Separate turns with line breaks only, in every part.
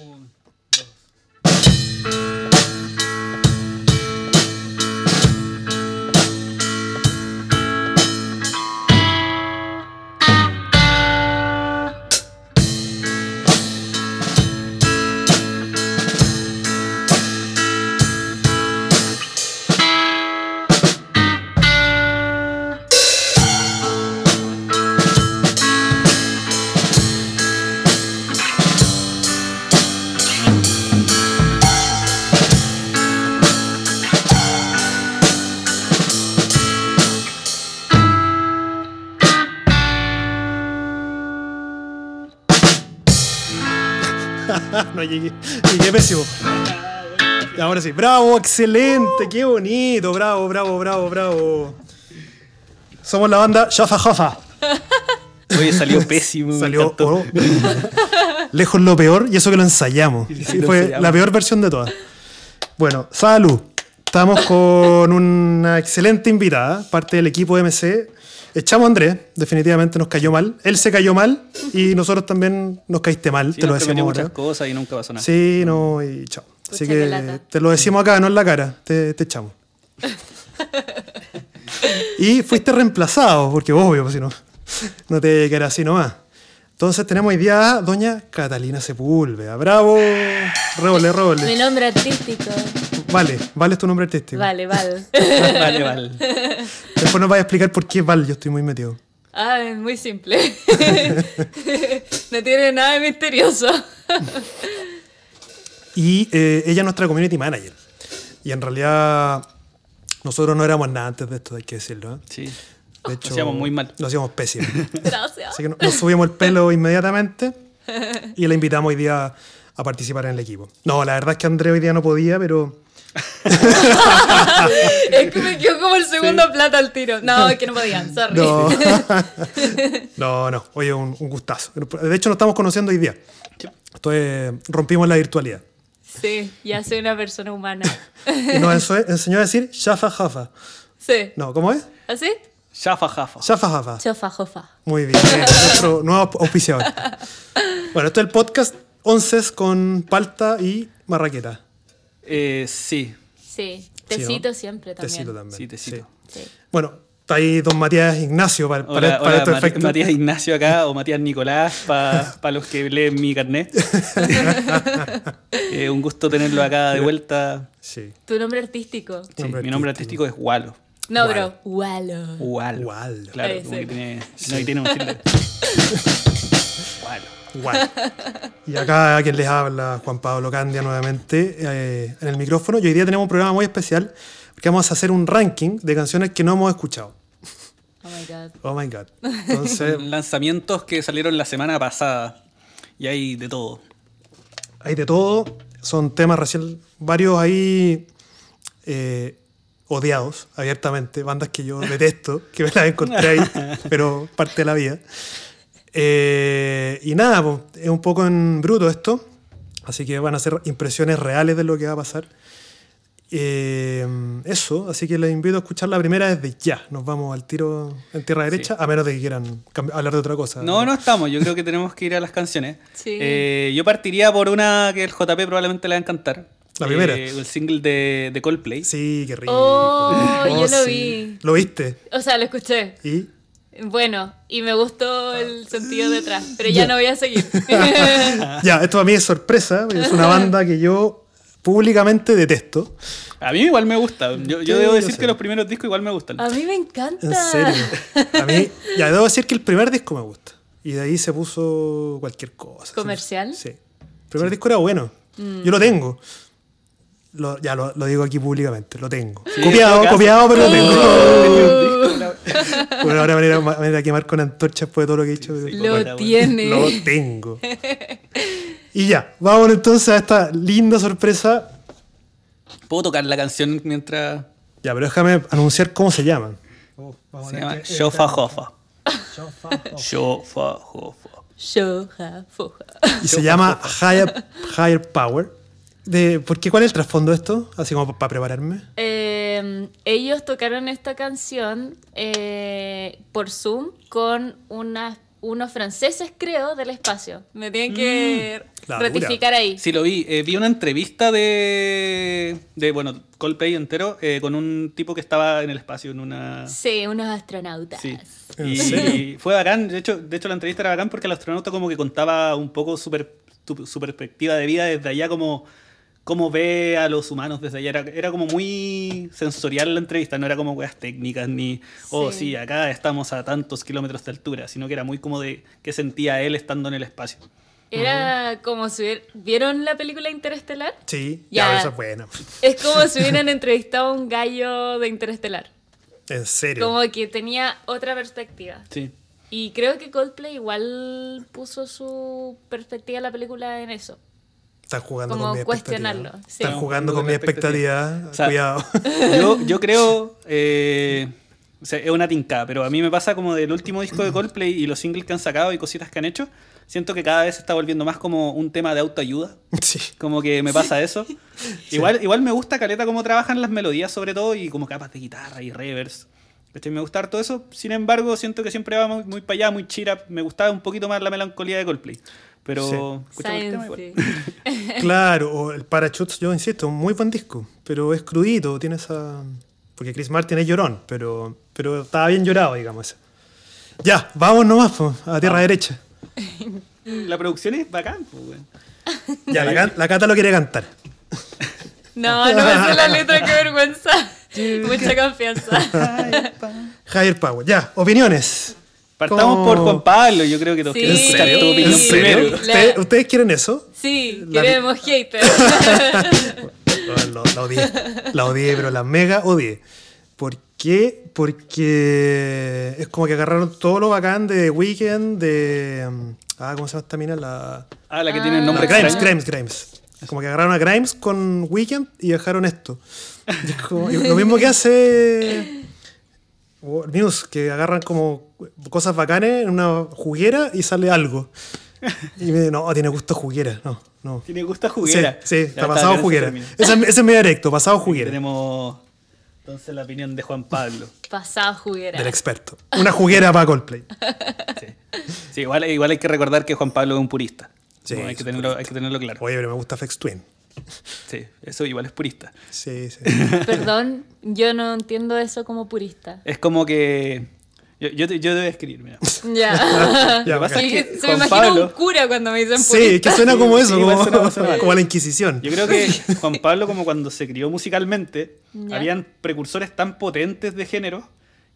Un, dos.
no llegué. Llegué pésimo. Ahora sí. Bravo, excelente. Qué bonito. Bravo, bravo, bravo, bravo. Somos la banda Jafa Jafa.
Oye, salió pésimo.
Salió
tanto.
oro. lejos lo peor y eso que lo ensayamos.
Y
Sí,
lo
fue
ensayamos.
la peor versión de todas. Bueno, salud. Estamos con una excelente invitada, parte del equipo MC. Echamos a Andrés, definitivamente nos cayó mal. Él se cayó mal y nosotros también nos caíste mal,
Sí,
te lo
nos prometió
decimos
muchas
ahora.
cosas y nunca pasó nada.
Sí, no, y chao. Así
Pucha, qué
que
lata.
te lo decimos acá, no en la cara, te, te echamos. y fuiste reemplazado, porque obvio, pues, si no, no te quedarás así nomás. Entonces tenemos hoy día a doña Catalina Sepúlveda. ¡Bravo! Roble,
Mi
roble.
nombre artístico.
Vale, Vale es tu nombre artístico.
Vale, vale.
Vale, vale.
Después nos vas a explicar por qué Val, yo estoy muy metido.
Ah, es muy simple. no tiene nada de misterioso.
Y eh, ella es nuestra community manager. Y en realidad nosotros no éramos nada antes de esto, hay que decirlo. ¿eh?
Sí.
De hecho,
hacíamos muy mal.
Lo hacíamos pésimo.
Gracias.
Así que no- nos subimos el pelo inmediatamente y la invitamos hoy día a participar en el equipo. No, la verdad es que André hoy día no podía, pero
es que me quedó como el segundo plato al tiro. No, es que no podían, sorry.
no. no, no. Oye, un, un gustazo. De hecho, nos estamos conociendo hoy día. Entonces, rompimos la virtualidad.
Sí, ya soy una persona humana.
Y nos ense- enseñó a decir Shafa Jafa.
Sí.
No, Ah. ¿cómo es?
¿Así?
Jafa, jafa.
Shafa Jafa.
Chofa, jofa.
Muy bien, nuestro nuevo au- auspiciador. Bueno, esto es el podcast Onces con palta y marraqueta.
Eh, sí,
Sí.
Sí, ¿no?
Tecito siempre también.
Tecito también.
sí, te cito.
Sí.
Bueno, está ahí don Matías Ignacio para, para, para
Hola,
este
hola,
estos
Mati-
efectos.
Matías Ignacio acá o Matías Nicolás para los que leen mi carnet. Eh, un gusto tenerlo acá de vuelta.
Sí.
Tu nombre artístico.
Sí,
Nombre
mi nombre artístico es Walo.
No, bro. Walo.
Walo.
Walo.
Claro,
Puede
como que
ser.
tiene, no, y tiene un tilde. Walo.
Guay. Y acá a quien les habla, Juan Pablo Candia, nuevamente eh, en el micrófono. Y hoy día tenemos un programa muy especial porque vamos a hacer un ranking de canciones que no hemos escuchado.
Oh my god.
Oh my God. Entonces,
Lanzamientos que salieron la semana pasada y hay de todo.
hay de todo. Son temas recién, varios ahí eh, odiados abiertamente, bandas que yo detesto, que me las encontré ahí, pero parte de la vida. Eh, y nada, po, es un poco en bruto esto, así que van a ser impresiones reales de lo que va a pasar. Eh, eso, así que les invito a escuchar la primera desde ya. Nos vamos al tiro en tierra derecha, a menos de que quieran cambi- hablar de otra cosa.
No, no estamos. Yo creo que tenemos que ir a las canciones.
Sí.
Eh, yo partiría por una que el JP probablemente le va a encantar.
La primera.
Eh, el single de, de Coldplay.
Sí, qué rico.
Oh, yo lo vi.
¿Lo viste?
O sea, lo escuché.
¿Y?
Bueno, y me gustó el sentido detrás, pero ya no voy a seguir.
Ya, esto a mí es sorpresa, porque es una banda que yo públicamente detesto.
A mí igual me gusta. Yo, yo
Sí, yo
debo decir
sé.
que los primeros discos igual me gustan.
a mí me
En
encanta.
serio. A mí, ya debo decir que el primer disco me gusta. Y de ahí se puso cualquier cosa.
¿Comercial? Mm.
Sí. El primer disco era bueno. Yo lo tengo. Lo- ya lo, lo digo aquí públicamente, lo tengo.
Sí, en todo
copiado,
caso.
copiado, pero lo
Oh.
tengo.
Disco, la-
Bueno, ahora me van a- me van a quemar con antorchas después de todo lo que he dicho. pero-
Lo tiene.
Lo tengo. Y ya, vamos entonces a esta linda sorpresa
Puedo tocar la canción mientras
Ya, pero déjame anunciar cómo se llaman. Oh,
se llama Shofa Jofa. Shofa Jofa.
Shoja, foja.
Y se llama Higher, Higher Power. De, ¿Por qué? ¿Cuál es el trasfondo de esto? Así como para prepararme.
Eh, ellos tocaron esta canción eh, por Zoom con unas- unos franceses, creo, del espacio. Me tienen que
La dura.
ratificar ahí.
Sí, lo vi. Eh, vi una entrevista de, de bueno, Coldplay entero eh, con un tipo que estaba en el espacio en una...
Sí, unos astronautas.
Sí.
¿En
Y,
serio?
y fue bacán. De hecho, de hecho, la entrevista era bacán porque el astronauta como que contaba un poco su, per- tu- su perspectiva de vida desde allá, como cómo ve a los humanos desde allá. Era, era como muy sensorial la entrevista, no era como weas técnicas ni, oh,
Sí.
sí, acá estamos a tantos kilómetros de altura, sino que era muy como de qué sentía él estando en el espacio.
Era como si hubier- ¿Vieron la película Interestelar?
Sí,
Ya.
ya, esa es buena.
Es como si hubieran entrevistado a un gallo de Interestelar.
En serio.
Como que tenía otra perspectiva.
Sí.
Y creo que Coldplay igual puso su perspectiva a la película en eso.
Están jugando
como
con mi expectativa.
cuestionarlo, sí.
Están jugando con mi expectativa.
O sea,
Cuidado.
Yo, yo creo. eh, o sea, es una tincada, pero a mí me pasa como del último disco de Coldplay y los singles que han sacado y cositas que han hecho. Siento que cada vez se está volviendo más como un tema de autoayuda.
sí.
Como que me pasa eso. Igual, igual me gusta Caleta cómo trabajan las melodías, sobre todo, y como capas de guitarra y reverbs. ¿Cachai? Me gusta todo eso. Sin embargo, siento que siempre va muy, muy para allá, muy chira. Me gustaba un poquito más la melancolía de Coldplay. Pero.
Sí.
escuchamos el tema igual.
Science.
Claro, o el Parachutes, yo insisto, un muy buen disco, pero es crudito, tiene esa... Porque Chris Martin es llorón, pero, pero estaba bien llorado, digamos. Ya, vamos nomás, po, a tierra derecha.
La producción es bacán, pues, weón.
Ya, la, Cat- la Cata lo quiere cantar.
No, no me sé la letra, qué vergüenza. Mucha confianza.
Higher Power, ya, opiniones.
Partamos
¿Cómo?
por Juan Pablo, yo creo que todos
Sí.
quieren escuchar tu
¿En
opinión
¿En serio?
primero.
La-
¿Ustedes, ustedes quieren eso?
Sí,
La-
queremos hater.
Bueno, lo- La odié, la odié, pero la mega odié. ¿Por qué? Porque es como que agarraron todo lo bacán de Weekend, de... mm, Ah, ¿cómo se llama esta mina? La...
Ah, la que tiene el nombre
No, Grimes,
extraño.
Grimes, Grimes. Como que agarraron a Grimes con Weekend y dejaron esto. Y es como- y lo mismo que hace World News, que agarran como cosas bacanes en una juguera y sale algo. Y me no, tiene gusto juguera, no, no.
Tiene gusto a
Sí,
juguera.
sí,
Ya
está pasado
bien, se
juguera.
termina.
Ese, ese es mi directo, pasado juguera.
Tenemos entonces la opinión de Juan Pablo.
Pasada juguera.
Del experto. Una juguera para Coldplay.
Sí, igual, igual hay que recordar que Juan Pablo es un purista.
Sí,
Como hay, que
es
tenerlo, hay que tenerlo claro.
Oye, pero me gusta Fex Twin.
Sí, eso igual es purista.
Sí, sí.
Perdón, yo no entiendo eso como purista.
Es como que. Yo, yo, te- yo debo escribir, mira.
Ya.
Ya,
pasa
bacán.
Y
es que
se me
Juan
imagina
Pablo-
un cura cuando me dicen
Sí, que
purista.
suena como
Sí,
eso,
igual
como,
suena- suena-
como la Inquisición.
Yo creo que Juan Pablo, como cuando se crió musicalmente,
Ya.
habían precursores tan potentes de género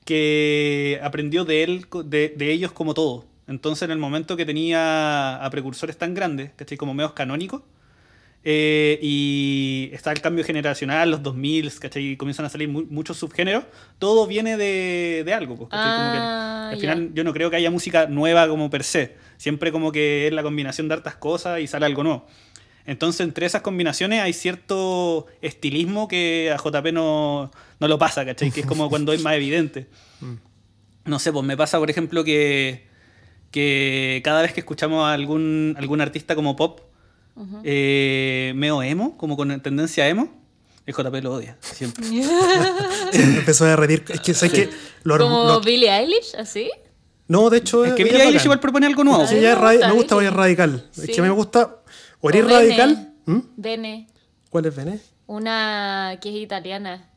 que aprendió de él, co- de, de ellos como todo. Entonces, en el momento que tenía a precursores tan grandes, ¿cachai? Como medios canónicos, eh, y está el cambio generacional, los 2000, ¿cachai? Comienzan a salir mu- muchos subgéneros. Todo viene de, de algo, pues, ¿cachai? Como que
Ah,
al
ya.
final yo no creo que haya música nueva como per se. Siempre como que es la combinación de hartas cosas y sale algo nuevo. Entonces, entre esas combinaciones hay cierto estilismo que a JP no, no lo pasa, ¿cachai? Que es como cuando es más evidente. No sé, pues me pasa, por ejemplo, que, que cada vez que escuchamos a algún, algún artista como pop, eh, meo emo, como con tendencia emo, el JP lo odia, siempre.
Sí, me empezó a derretir. Es que, ¿sabes qué? Lo arm-
Como
lo-
Billie Eilish, así.
no, de hecho.
Es que
ella
Billie Eilish
bacán.
igual propone algo nuevo.
A
Sí,
mí
ella
me
es radi-
gusta
me gusta
Billie.
oír radical. Es
Sí.
que me gusta. ¿Oír
O Bene.
radical? ¿Mm?
Bene,
¿Cuál es Vené?
una que es italiana.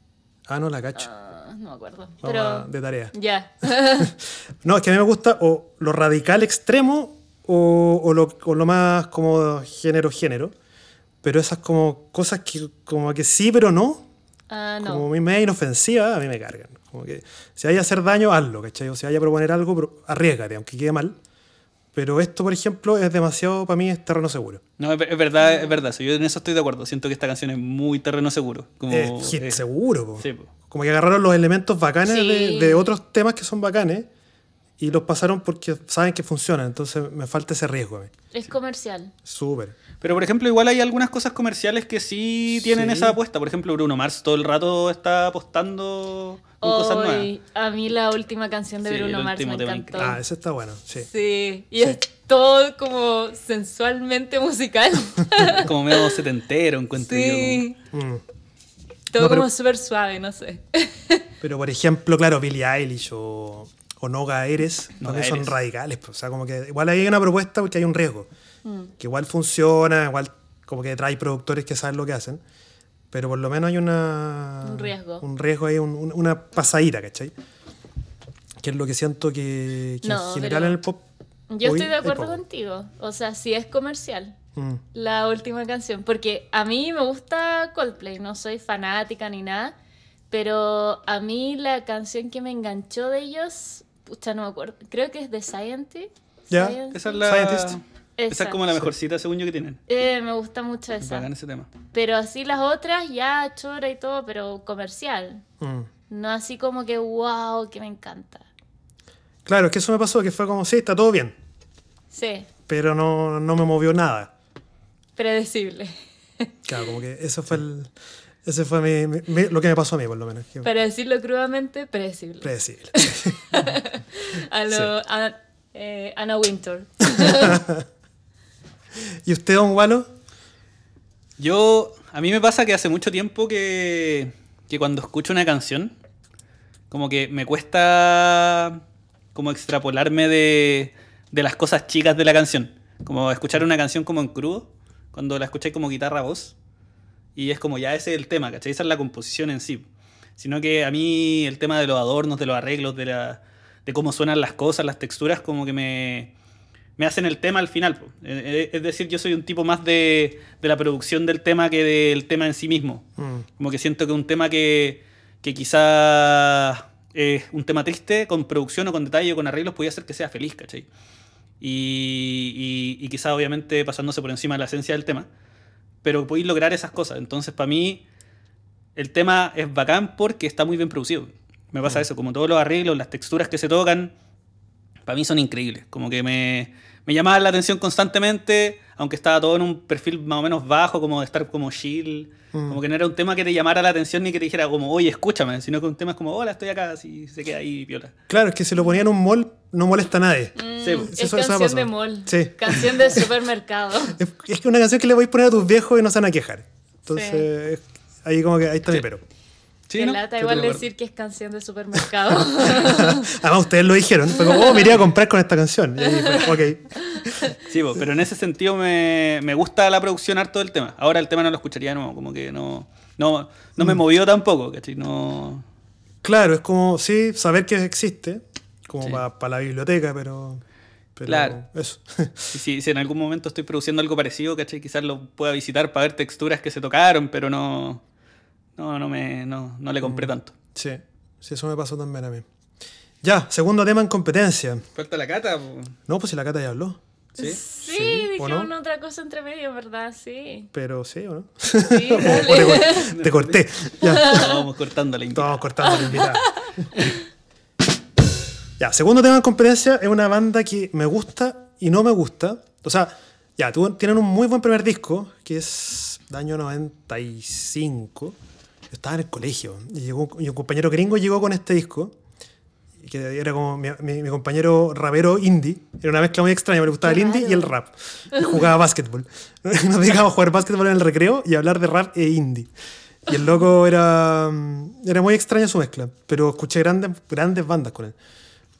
Ah, no, la cacho.
Ah, no me acuerdo.
Vamos a-
Pero
de tarea.
ya.
No, es que a mí me gusta o lo radical extremo o, o lo, o lo más como género, género. Pero esas como cosas que como que sí, pero no.
Ah, no.
Como a mí me es inofensiva, a mí me cargan. Como que si hay a hacer daño, hazlo, ¿cachai? O si hay a proponer algo, pro- arriesgate, aunque quede mal. Pero esto, por ejemplo, es demasiado, para mí es terreno seguro.
No, es, ver- es verdad, es verdad. eso, Yo en eso estoy de acuerdo. Siento que esta canción es muy terreno seguro. Como,
es hit
eh,
seguro, po.
sí, po.
Como que agarraron los elementos bacanes
Sí.
de, de otros temas que son bacanes y los pasaron porque saben que funcionan. Entonces me falta ese riesgo a mí.
Es comercial.
Súper.
Pero por ejemplo, igual hay algunas cosas comerciales que sí tienen
Sí.
esa apuesta. Por ejemplo, Bruno Mars todo el rato está apostando en cosas nuevas.
Hoy, a mí la última canción de
Sí,
Bruno
el
Mars me
último tema
encantó.
Ah, ese está bueno, sí.
Sí, y es todo como sensualmente musical.
Es Como medio setentero, encuentro yo.
sí,
Mm.
todo
No, pero-
como súper suave, no sé.
Pero por ejemplo, claro, Billie Eilish o, o Noga Eres, también son
Eres.
radicales. pues, O sea, como que igual hay una propuesta porque hay un riesgo.
Mm.
Que igual funciona, igual como que trae productores que saben lo que hacen. Pero por lo menos hay una...
Un riesgo.
Un riesgo ahí, un- un- una pasadita, ¿cachai? Que es lo que siento que, que
No,
en general
pero
en el pop...
Yo
hoy
estoy de
hay
acuerdo
poco.
contigo. O sea, si es comercial,
Mm.
la última canción. Porque a mí me gusta Coldplay, no soy fanática ni nada. Pero a mí la canción que me enganchó de ellos, pucha, no me acuerdo. Creo que es The Scientist.
Ya,
Scientist.
Esa es la.
Scientist.
Esa es como la mejor cita, según yo, que tienen.
Eh, me gusta mucho
Es bacán
esa.
ese tema.
Pero así las otras, ya chora y todo, pero comercial.
Mm.
No así como que, wow, que me encanta.
Claro, es que eso me pasó, que fue como, sí, está todo bien,
Sí,
pero no, no me movió nada.
predecible.
Claro, como que eso fue el, ese fue mi- mi- mi- lo que me pasó a mí, por lo menos. que-
Para decirlo crudamente, predecible.
predecible.
A lo,
Sí.
a- eh, Anna Winter.
¿Y usted, don Walo?
Yo, a mí me pasa que hace mucho tiempo que, que cuando escucho una canción, como que me cuesta como extrapolarme de, de las cosas chicas de la canción. Como escuchar una canción como en crudo, cuando la escucháis como guitarra voz, y es como ya ese es el tema, ¿cachai? Esa es la composición en sí. Sino que a mí el tema de los adornos, de los arreglos, de, la, de cómo suenan las cosas, las texturas, como que me, me hacen el tema al final. po. Eh, eh, Es decir, yo soy un tipo más de, de la producción del tema que del tema en sí mismo.
Mm,
Como que siento que un tema que, que quizás es un tema triste, con producción o con detalle o con arreglos, podría hacer que sea feliz, ¿cachai? Y, y, quizás obviamente pasándose por encima de la esencia del tema, pero podéis lograr esas cosas. Entonces, para mí, el tema es bacán porque está muy bien producido. Me pasa eso, como todos los arreglos, las texturas que se tocan, para mí son increíbles. Como que me, me llamaban la atención constantemente, aunque estaba todo en un perfil más o menos bajo, como de estar como chill.
Mm.
Como que no era un tema que te llamara la atención ni que te dijera como, oye, escúchame, sino que un tema es como, hola, estoy acá, así se queda ahí, piola.
Claro, es que si lo ponía en un mall, no molesta a nadie.
Sí,
Mm,
pues.
es
Eso- eso me
canción
pasó.
de mall.
Sí.
Canción de supermercado.
Es, es que una canción que le voy a poner a tus viejos y no se van a quejar. Entonces, ahí como que, ahí está mi pero.
Sí,
Qué
¿no?
lata
Yo
igual
creo que-
decir que es canción de supermercado.
Además, ustedes lo dijeron. Fue como, oh, me iría a comprar con esta canción. Y ahí fue, ok.
Sí, po, pero en ese sentido me, me gusta la producción harto del tema. Ahora el tema no lo escucharía, no, como que no, no, no me movió tampoco, ¿cachai? No,
Claro, es como, sí, saber que existe, como
Sí.
para la biblioteca, pero. pero
Claro.
Eso.
y si, si en algún momento estoy produciendo algo parecido, ¿cachai? Quizás lo pueda visitar para ver texturas que se tocaron, pero no, no, no, me, no, no le
Mm.
compré tanto.
sí, sí, eso me pasó también a mí. Ya, segundo tema en competencia.
Falta la cata,
No, pues si la Cata ya habló.
¿sí?
sí,
Sí, ¿o
dijimos
no?
otra cosa entre medio, ¿verdad? Sí.
Pero sí, ¿o no?
Sí, dale.
O te, cor- te corté. Ya,
Vamos pues, cortando la invitada.
estamos cortando la invitada. Ya, segundo tema en competencia es una banda que me gusta y no me gusta. O sea, ya, tuvo- tienen un muy buen primer disco, que es del año 95. Yo estaba en el colegio y, llegó, un- y un compañero gringo llegó con este disco, que era como mi, mi- mi compañero rapero indie. Era una mezcla muy extraña, me gustaba el
Qué
indie y el
raro.
rap. Y Jugaba básquetbol. Nos dedicábamos a jugar básquetbol en el recreo y hablar de rap e indie. Y el loco era, mm, era muy extraña su mezcla, pero escuché grandes, grandes bandas con él.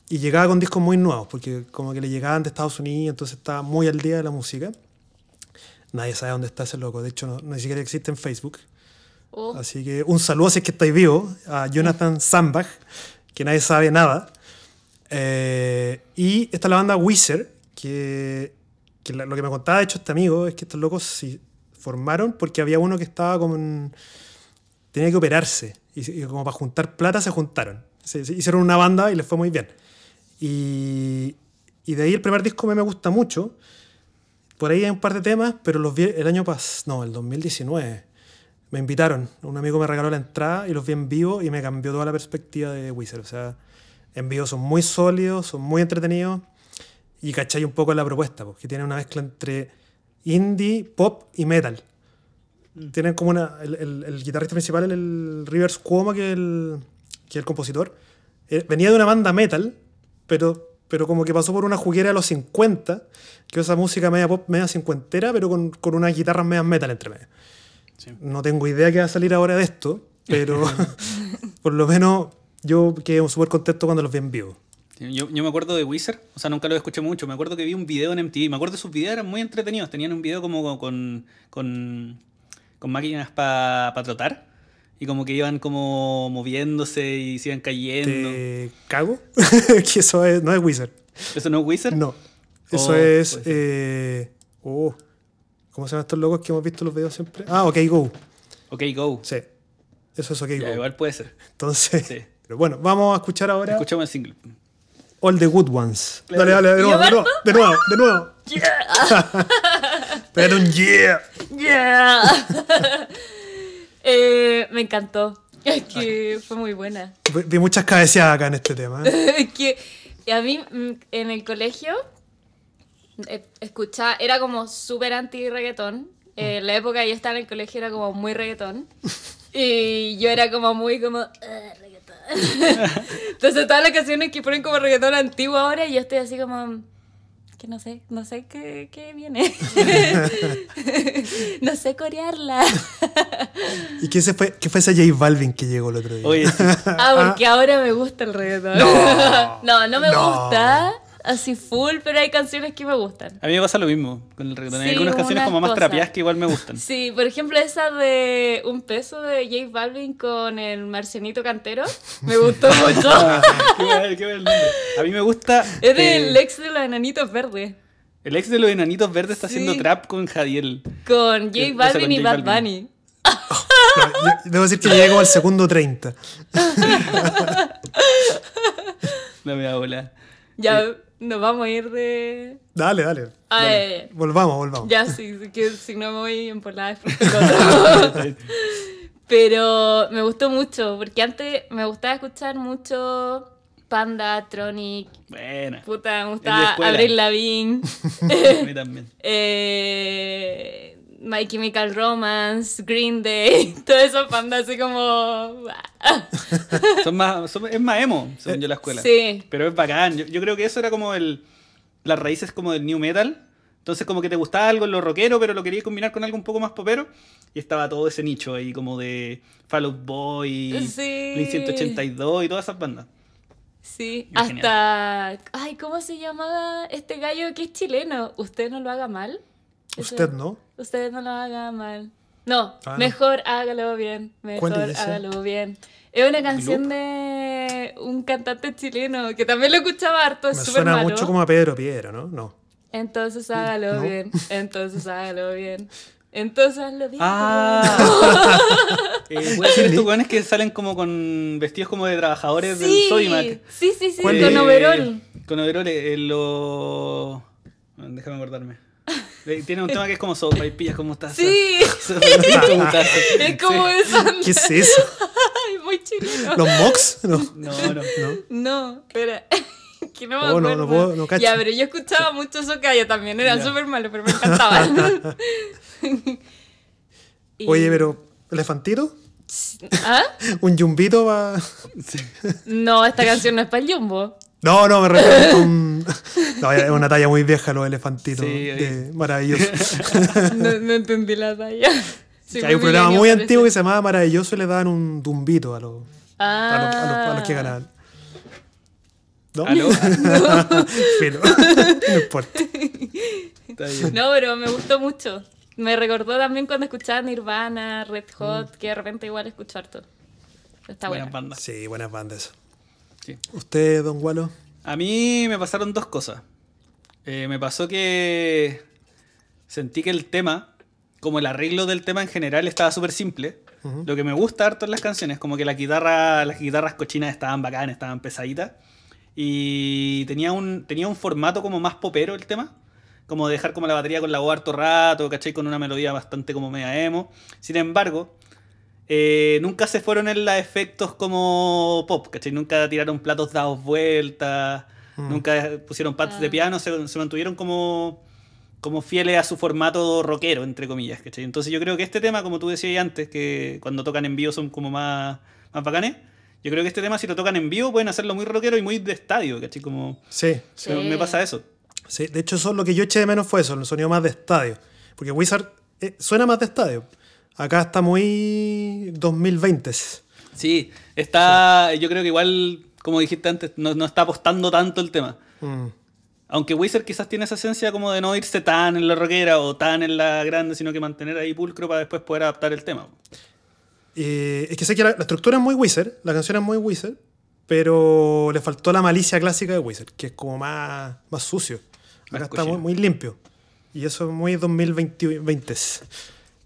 Y llegaba con discos muy nuevos, porque como que le llegaban de Estados Unidos, entonces estaba muy al día de la música. Nadie sabe dónde está ese loco, de hecho no, ni siquiera existe en Facebook.
Oh,
Así que un saludo si es que estáis vivos a Jonathan Sandbach, que nadie sabe nada. Eh, y está la banda Wizard, que, que la- lo que me contaba de hecho este amigo es que estos locos se formaron porque había uno que estaba como en- tenía que operarse y, se- y como para juntar plata se juntaron. Se- se hicieron una banda y les fue muy bien. Y, y de ahí el primer disco me, me gusta mucho. Por ahí hay un par de temas, pero los vi el año pasado, no, el 2019. Me invitaron, un amigo me regaló la entrada y los vi en vivo y me cambió toda la perspectiva de Wizard. O sea, en vivo son muy sólidos, son muy entretenidos y cachai un poco la propuesta, porque tienen una mezcla entre indie, pop y metal. Tienen como una. El, el- el guitarrista principal, el, el Rivers Cuomo, que es el, que es el compositor, eh, venía de una banda metal, pero, pero como que pasó por una juguera de los 50, que es esa música media pop, media cincuentera, pero con, con unas guitarras medias metal entre medio.
Sí.
No tengo idea qué va a salir ahora de esto, pero por lo menos yo quedé súper contento cuando los vi en vivo.
Sí, yo, yo me acuerdo de Wizard, o sea, nunca lo escuché mucho. Me acuerdo que vi un video en MTV. Me acuerdo que sus videos eran muy entretenidos. Tenían un video como con, con, con máquinas para trotar. Y como que iban como moviéndose y se iban cayendo.
¿Te cago? que eso es- no es Wizard.
¿Eso no es Wizard?
No. Eso
Oh,
es.
puede ser.
eh, oh, ¿Cómo se llaman estos locos que hemos visto en los videos siempre? Ah, OK Go.
Ok, go.
Sí. Eso es OK
Ya,
Go.
igual puede ser.
Entonces.
Sí.
Pero bueno, vamos a escuchar ahora
Escuchamos el single.
All the Good Ones.
Claro.
Dale, dale, de
¿Y
nuevo, de nuevo,
Roberto?
de nuevo, de nuevo. Pero un yeah.
Yeah. Eh, me encantó. Es que fue muy buena.
Vi- Vi muchas cabeceadas acá en este tema. ¿eh?
Es que y a mí mm, en el colegio eh, escuchaba, era como súper anti reggaetón. Eh, la época que yo estaba en el colegio era como muy reggaetón. Y yo era como muy como... "Ah, reggaetón". Entonces todas las canciones que ponen como reggaetón antiguo ahora, yo estoy así como... Que no sé, no sé qué, qué viene. no sé corearla.
¿Y qué, se fue, qué fue ese J Balvin que llegó el otro día?
Oye, sí.
Ah, porque ahora me gusta el reggaetón.
No.
No, no, me
No.
gusta. Así full, pero hay canciones que me gustan.
a mí me pasa lo mismo con el reggaetón. Hay
Sí,
algunas canciones
una
como más
cosa.
trapeadas que igual me gustan.
Sí, por ejemplo, esa de Un peso de J Balvin con el Marcianito Cantero. Me gustó mucho.
Ah, qué buen- qué buen nombre. A mí me gusta.
Es
eh,
del ex de los enanitos verdes.
el ex de los enanitos verdes está
Sí.
haciendo trap con Jadiel.
Con
Sí,
J
esa
Balvin
con
y
J
Bad
Balvin.
Bunny.
No, yo- debo decir que llegué como al segundo 30.
No me da bola.
Ya nos vamos a ir de.
Dale, dale.
Ah,
dale.
eh.
Volvamos, volvamos.
Ya sí, sí, que si no me voy en por la después. Pero me gustó mucho, porque antes me gustaba escuchar mucho Panda, Tronic,
Buena.
puta, me
El de
gustaba
escuela.
Avril Lavigne.
A mí también.
Eh, My Chemical Romance, Green Day, todas esas bandas así como...
Son más, son- es más emo, según yo, la escuela.
Sí.
Pero es bacán. Yo, yo creo que eso era como el. Las raíces como del new metal. Entonces, como que te gustaba algo en lo rockero, pero lo querías combinar con algo un poco más popero. Y estaba todo ese nicho ahí, como de Fall Out Boy,
ah, Sí.
Blink 182 y todas esas bandas.
Sí,
Es
hasta... Ay, ¿cómo se llamaba este gallo que es chileno? Usted no lo haga mal.
Usted
Ese-
no.
Usted no lo haga mal. No,
Ah, no.
mejor hágalo bien. Mejor
¿Cuál es esa?
hágalo bien. Es una canción de un cantante chileno que también lo escuchaba harto,
Me
es súper
suena
malo.
mucho como a Pedro Piedra, ¿no? No.
Entonces hágalo
No.
bien. Entonces hágalo bien. Entonces hazlo bien.
¡Ah! eh, puede ser estos weones que salen como con vestidos como de trabajadores del Sodimac. Eh,
sí, sí, sí, sí,
¿Cuál
con
es?
overol.
Con overol, eh, lo... Ah, Déjame acordarme. Eh, Tiene un tema que es como sopa y pillas como estás.
Sí, es como eso.
¿Qué es eso?
Ay, muy chileno.
¿Los Mox? No.
No, no.
No, espera. que no me
Oh,
acuerdo.
no, no puedo, no cacho.
Ya, pero yo escuchaba mucho eso que yo también era
Ya.
súper malo, pero me encantaba. Y-
Oye, pero ¿elefantito?
¿Ah?
¿Un yumbito va...?
Sí.
No, esta canción no es para el Jumbo.
No, no, me refiero con... No, es una talla muy vieja los elefantitos.
Sí,
de- Maravilloso.
No, no entendí la talla. Soy
Hay un programa
milenio,
muy
parece.
antiguo que se llamaba Maravilloso y le daban un dumbito a los, a los, a los- a los que
Ah.
ganaban. ¿No?
Aló.
Filo. no importa.
Ah, Está bien.
No, pero me gustó mucho. Me recordó también cuando escuchaba Nirvana, Red
Mm.
Hot, que de repente igual escucho harto. Está
Buenas
bueno.
bandas.
Sí, buenas bandas.
Sí.
¿Usted, Don Gualo?
A mí me pasaron dos cosas. Eh, me pasó que sentí que el tema, como el arreglo del tema en general, estaba súper simple. Lo que me gusta harto en las canciones, como que la guitarra, las guitarras cochinas estaban bacanas, estaban pesaditas. Y tenía un, tenía un formato como más popero el tema. Como dejar como la batería con la voz harto rato, ¿cachai? Con una melodía bastante como media emo. Sin embargo, eh, nunca se fueron en los efectos como pop, ¿cachai? Nunca tiraron platos dados vueltas,
Mm.
nunca pusieron pads de
Ah.
piano, se, se mantuvieron como, como fieles a su formato rockero, entre comillas, ¿cachai? Entonces yo creo que este tema, como tú decías antes, que cuando tocan en vivo son como más, más bacanes, yo creo que este tema si lo tocan en vivo pueden hacerlo muy rockero y muy de estadio, ¿cachai? Como,
Sí,
Sí.
me- me pasa eso.
Sí, de hecho, eso, lo que yo eché de menos fue eso, el sonido más de estadio. Porque Wizard eh, suena más de estadio. Acá está muy 2020.
Sí, está. Yo creo que igual como dijiste antes, no, no está apostando tanto el tema.
Mm.
Aunque Wizard quizás tiene esa esencia como de no irse tan en la rockera o tan en la grande, sino que mantener ahí pulcro para después poder adaptar el tema.
Eh, es que sé que la, la estructura es muy Wizard, la canción es muy Wizard, pero le faltó la malicia clásica de Wizard, que es como más, más sucio. Acá
Más
está muy,
cochino.
muy limpio. Y eso es muy 2020.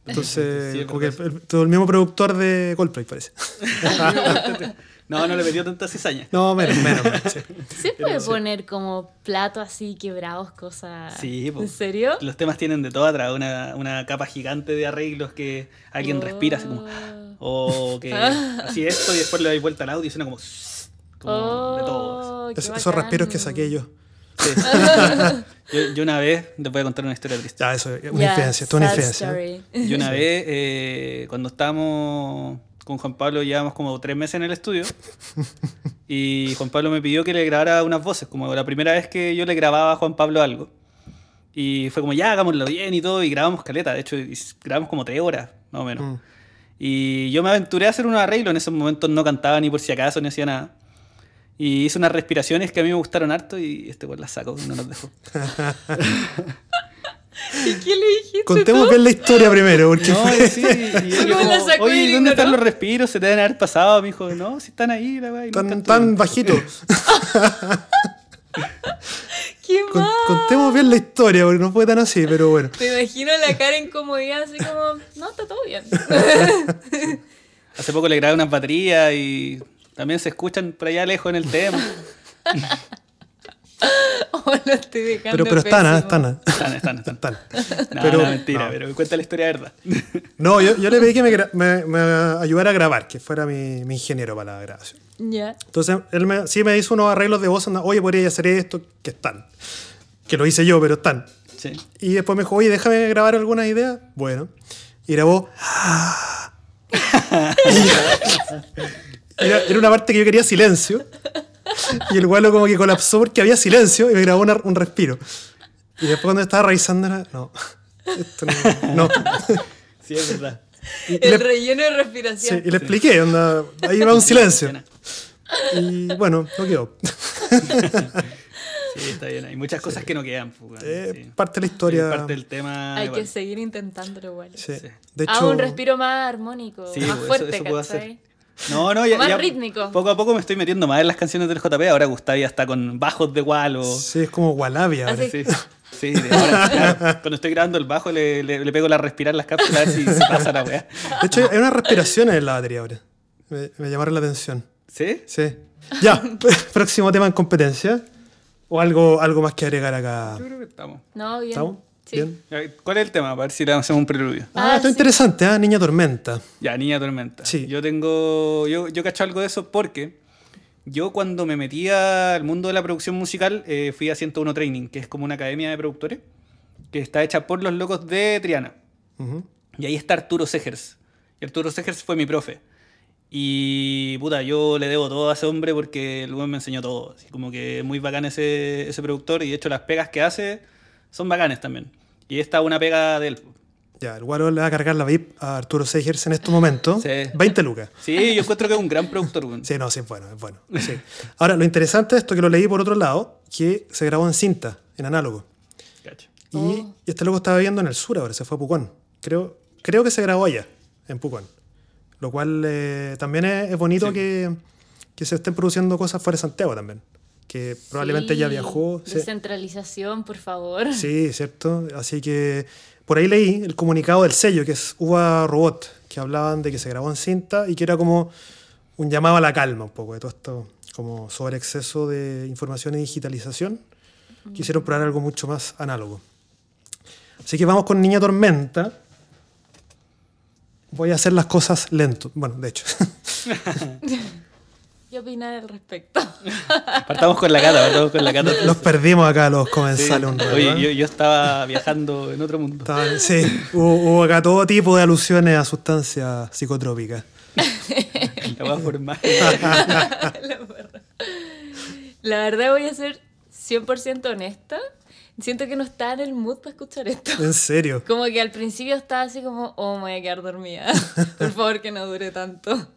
Entonces,
Sí, es
como que el,
verdad.
el- todo el mismo productor de Coldplay, parece.
No, no le metió tanta cizaña.
No, menos, menos. menos, sí.
¿Se puede poner como plato así, quebrados, cosas?
Sí, po.
¿En serio?
Los temas tienen de todo atrás, una, una capa gigante de arreglos que alguien respira así como.
Oh.
O que así esto y después le doy vuelta al audio y suena como. como de todo. así.
Oh, qué
Es- esos
bacán.
respiros que saqué yo.
Sí. yo, yo una vez, les voy a contar una historia triste.
Ya, eso, es una
Ya,
infidencia, esto es una
sad
infidencia.
story.
Yo una vez, eh, cuando estábamos con Juan Pablo, llevábamos como tres meses en el estudio. Y Juan Pablo me pidió que le grabara unas voces, como la primera vez que yo le grababa a Juan Pablo algo. Y fue como, ya, hagámoslo bien y todo. Y grabamos caleta, de hecho, y s- grabamos como tres horas, más o menos.
Mm.
Y yo me aventuré a hacer unos arreglos. En esos momentos no cantaba ni por si acaso, ni hacía nada. Y hice unas respiraciones que a mí me gustaron harto y este pues las sacó y no las dejó.
¿Y qué le dijiste
Contemos
tú?
bien la historia primero, porque
No,
fue-
y sí, y yo
Solo
como,
la sacó y
Oye,
ignoró".
¿dónde están los respiros? Se deben haber pasado. Me dijo, no, si están ahí, la weá. y nunca
tan, tan
estuvieron".
bajito.
¿Qué
Con-
más?
contemos bien la historia, porque no fue tan así, pero bueno.
Te imagino la cara en comodidad, así como, no, está todo bien.
Hace poco le grabé unas baterías y también se escuchan por allá lejos en el tema.
o Oh, lo estoy dejando
Pero, pero están, ah,
pésimo.
están, ah,
Están, están, están.
están.
No,
Pero-
no, mentira,
no.
pero cuenta la historia de verdad.
No, yo, yo le pedí que me, gra- me- me ayudara a grabar, que fuera mi, mi ingeniero para la grabación.
Ya.
Entonces, él me, sí me hizo unos arreglos de voz, anda, oye, podría hacer esto, que están. Que lo hice yo, pero están.
Sí.
Y después me dijo, oye, déjame grabar algunas ideas. Bueno, y grabó. era, era una parte que yo quería silencio. Y el gualo como que colapsó porque había silencio y me grabó una- un respiro. Y después cuando estaba revisando era, no, esto no. no.
Sí, es verdad.
Y- y
El
le-
relleno de
Sí,
respiración.
y le expliqué, onda, ahí va un silencio.
Funciona.
Y bueno, no quedó.
Sí, está bien. Hay muchas cosas que no quedan. pues, weón,
Eh,
sí.
Parte de la
Sí,
historia.
parte del tema.
Hay
Ah, igual.
que seguir intentándolo igual.
Sí.
sí.
De hecho,
Ah, un respiro más armónico,
Sí,
más
pues, eso-
fuerte,
eso puedo
¿cachai?
hacer. No, no, ya,
Más
ya
rítmico.
Poco a poco me estoy metiendo más en las canciones del JP. Ahora Gustavo ya está con bajos de gualo.
Sí, es como Gualavia. ahora.
Así.
Sí, sí, de ahora, claro. Cuando estoy grabando el bajo le, le- le pego la respirar las cápsulas a ver si se pasa la weá.
De hecho, hay unas respiraciones en la batería ahora. Me, me llamaron la atención.
¿Sí?
Sí. Ya, próximo tema en competencia. O algo, algo más que agregar acá.
Yo creo que estamos.
No, bien.
¿Estamos?
Sí.
Bien.
A ver, ¿Cuál es el tema? A ver si le hacemos un preludio.
Ah,
Ah,
está
sí.
interesante, ¿ah? Niña Tormenta.
Ya, Niña Tormenta.
Sí.
Yo tengo. Yo, yo cacho algo de eso porque yo cuando me metía al mundo de la producción musical eh, fui a 101 Training, que es como una academia de productores que está hecha por los locos de Triana.
Ujú.
Y ahí está Arturo Segers. Y Arturo Segers fue mi profe. Y puta, yo le debo todo a ese hombre porque el weón me enseñó todo. Así como que muy bacán ese, ese productor y de hecho las pegas que hace son bacanes también. Y esta es una pega de él.
Ya, el Guaro le va a cargar la VIP a Arturo Seigers en estos momentos.
Sí.
20 lucas.
Sí, yo encuentro que es un gran productor, weón.
Sí, no, sí, es bueno, es bueno. sí. Ahora, lo interesante de esto que lo leí por otro lado, que se grabó en cinta, en análogo.
Cacho.
Y
Oh.
este loco estaba viviendo en el sur ahora, se fue a Pucón. Creo, creo que se grabó allá, en Pucón. Lo cual eh, también es, es bonito
Sí.
que, que se estén produciendo cosas fuera de Santiago también. Que probablemente
Sí.
ya viajó. sí.
Descentralización, por favor.
Sí, cierto. Así que por ahí leí el comunicado del sello, que es Uva Robot, que hablaban de que se grabó en cinta y que era como un llamado a la calma un poco de todo esto, como sobre exceso de información y digitalización.
Mm.
Quisieron probar algo mucho más análogo. Así que vamos con Niña Tormenta. Voy a hacer las cosas lento. Bueno, de hecho.
¿Qué opinas al respecto?
Partamos con la cata, partamos con la cata.
Los perdimos acá los
Sí.
comensales un rato.
Oye,
¿eh?
yo, yo estaba viajando en otro mundo.
Estaba- Sí, hubo, hubo acá todo tipo de alusiones a sustancias psicotrópicas.
La voy a formar.
La verdad. La verdad voy a ser 100% honesta. Siento que no estaba en el mood para escuchar esto.
En serio.
Como que al principio estaba así como, oh, me voy a quedar dormida. Por favor, que no dure tanto.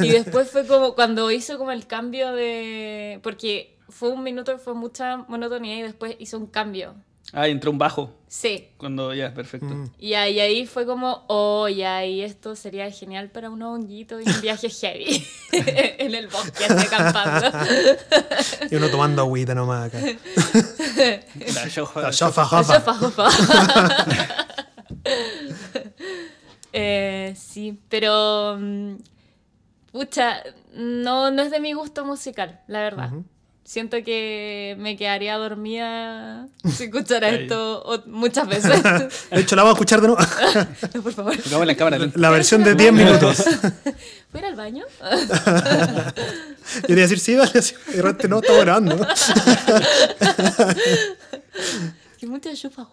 Y después fue como cuando hizo como el cambio de... Porque fue un minuto, fue mucha monotonía y después hizo un cambio.
Ah, entró un bajo.
Sí.
Cuando ya, perfecto.
Mm.
Y ahí, ahí fue como, oh, ya, y esto sería genial para un honguito y un viaje heavy en el bosque, así acampando.
Y uno tomando agüita nomás acá.
La shofa-
La chafa,
Jofa,
jafa.
jofa. Eh, sí, pero. mm, Pucha, no, no es de mi gusto musical, la verdad.
Ujú.
Siento que me quedaría dormida si escuchara
Ahí.
esto o- muchas veces.
De hecho, la vamos a escuchar de nuevo.
No, por favor.
Tocamos la cámara. lenta.
La versión de 10 minutos.
¿Fui al baño?
Yo te iba a decir, sí, dale, sí. Y de repente, no, estamos grabando.
que mucha chupa.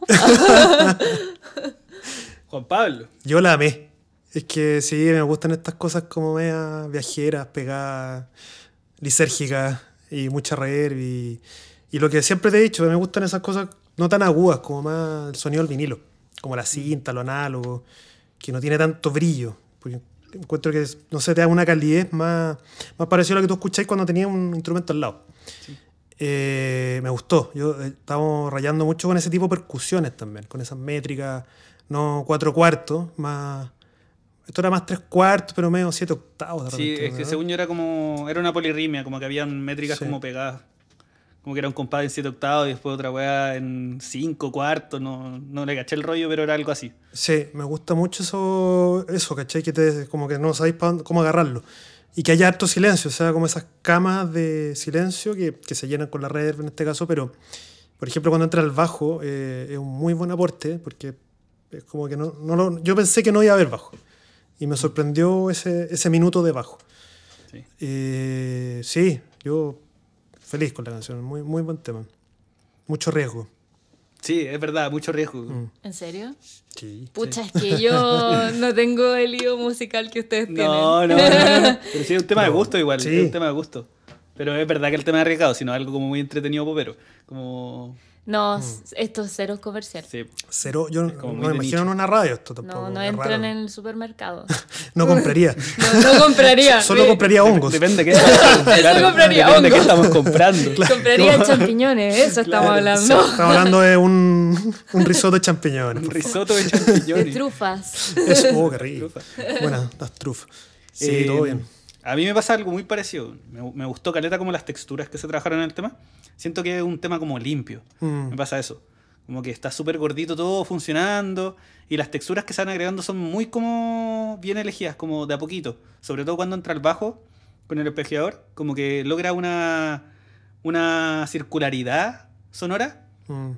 Juan Pablo.
Yo la amé. Es que sí, me gustan estas cosas como media viajeras, pegadas, lisérgicas y mucha reverb. Y, y lo que siempre te he dicho, me gustan esas cosas no tan agudas, como más el sonido del vinilo, como la cinta, lo análogo, que no tiene tanto brillo. Porque encuentro que, no sé, te da una calidez más, más parecida a lo que tú escucháis cuando tenías un instrumento al lado. Eh, me gustó. Yo eh, estamos rayando mucho con ese tipo de percusiones también, con esas métricas, no cuatro cuartos, más. Esto era más tres cuartos, pero medio siete octavos. de
Sí,
repente,
es que
¿verdad?
según yo era como. Era una polirrimia, como que habían métricas
Sí.
como pegadas. Como que era un compás en 7 octavos y después otra weá en 5 cuartos. No, no le caché el rollo, pero era algo así.
Sí, me gusta mucho eso, eso ¿cachai? Que te, como que no sabéis pa dónde- cómo agarrarlo. Y que haya harto silencio, o sea, como esas camas de silencio que, que se llenan con la red en este caso, pero por ejemplo cuando entra el bajo eh, es un muy buen aporte porque es como que no, no lo- yo pensé que no iba a haber bajo y me sorprendió ese, ese minuto de bajo.
Sí.
Eh, sí, yo feliz con la canción, muy, muy buen tema. Mucho riesgo.
Sí, es verdad, mucho riesgo.
Mm.
¿En serio?
Sí.
Pucha, es que yo no tengo el lío musical que ustedes tienen.
No, no, no, no, no. Pero sí, es un tema de
No,
gusto igual.
sí.
Es un tema de gusto. Pero es verdad que el tema es arriesgado, sino algo como muy entretenido, popero. Como.
No,
Mm.
s- esto es cero comercial.
Sí.
Cero, yo no
como
no
muy
me
de
imagino
nicho.
en una radio esto tampoco.
No, no
es
entran
raro.
en el supermercado.
No compraría.
No, no compraría.
Solo
Me-
compraría hongos.
Depende de qué estamos
compraría
Depende de qué
hongo.
estamos comprando.
Compraría champiñones, eso estamos hablando.
Estamos hablando de un, un risotto de champiñones.
Un
por favor.
risotto de
De
champiñones.
trufas.
Eso, oh, qué rico. Buenas, las trufas. Sí,
Eh,
todo bien.
A mí me pasa algo muy parecido. Me, me gustó Caleta como las texturas que se trabajaron en el tema. Siento que es un tema como limpio.
Mm.
Me pasa eso. Como que está súper gordito todo funcionando. Y las texturas que se van agregando son muy como bien elegidas, como de a poquito. Sobre todo cuando entra el bajo con el espejeador. Como que logra una, una circularidad sonora
Mm.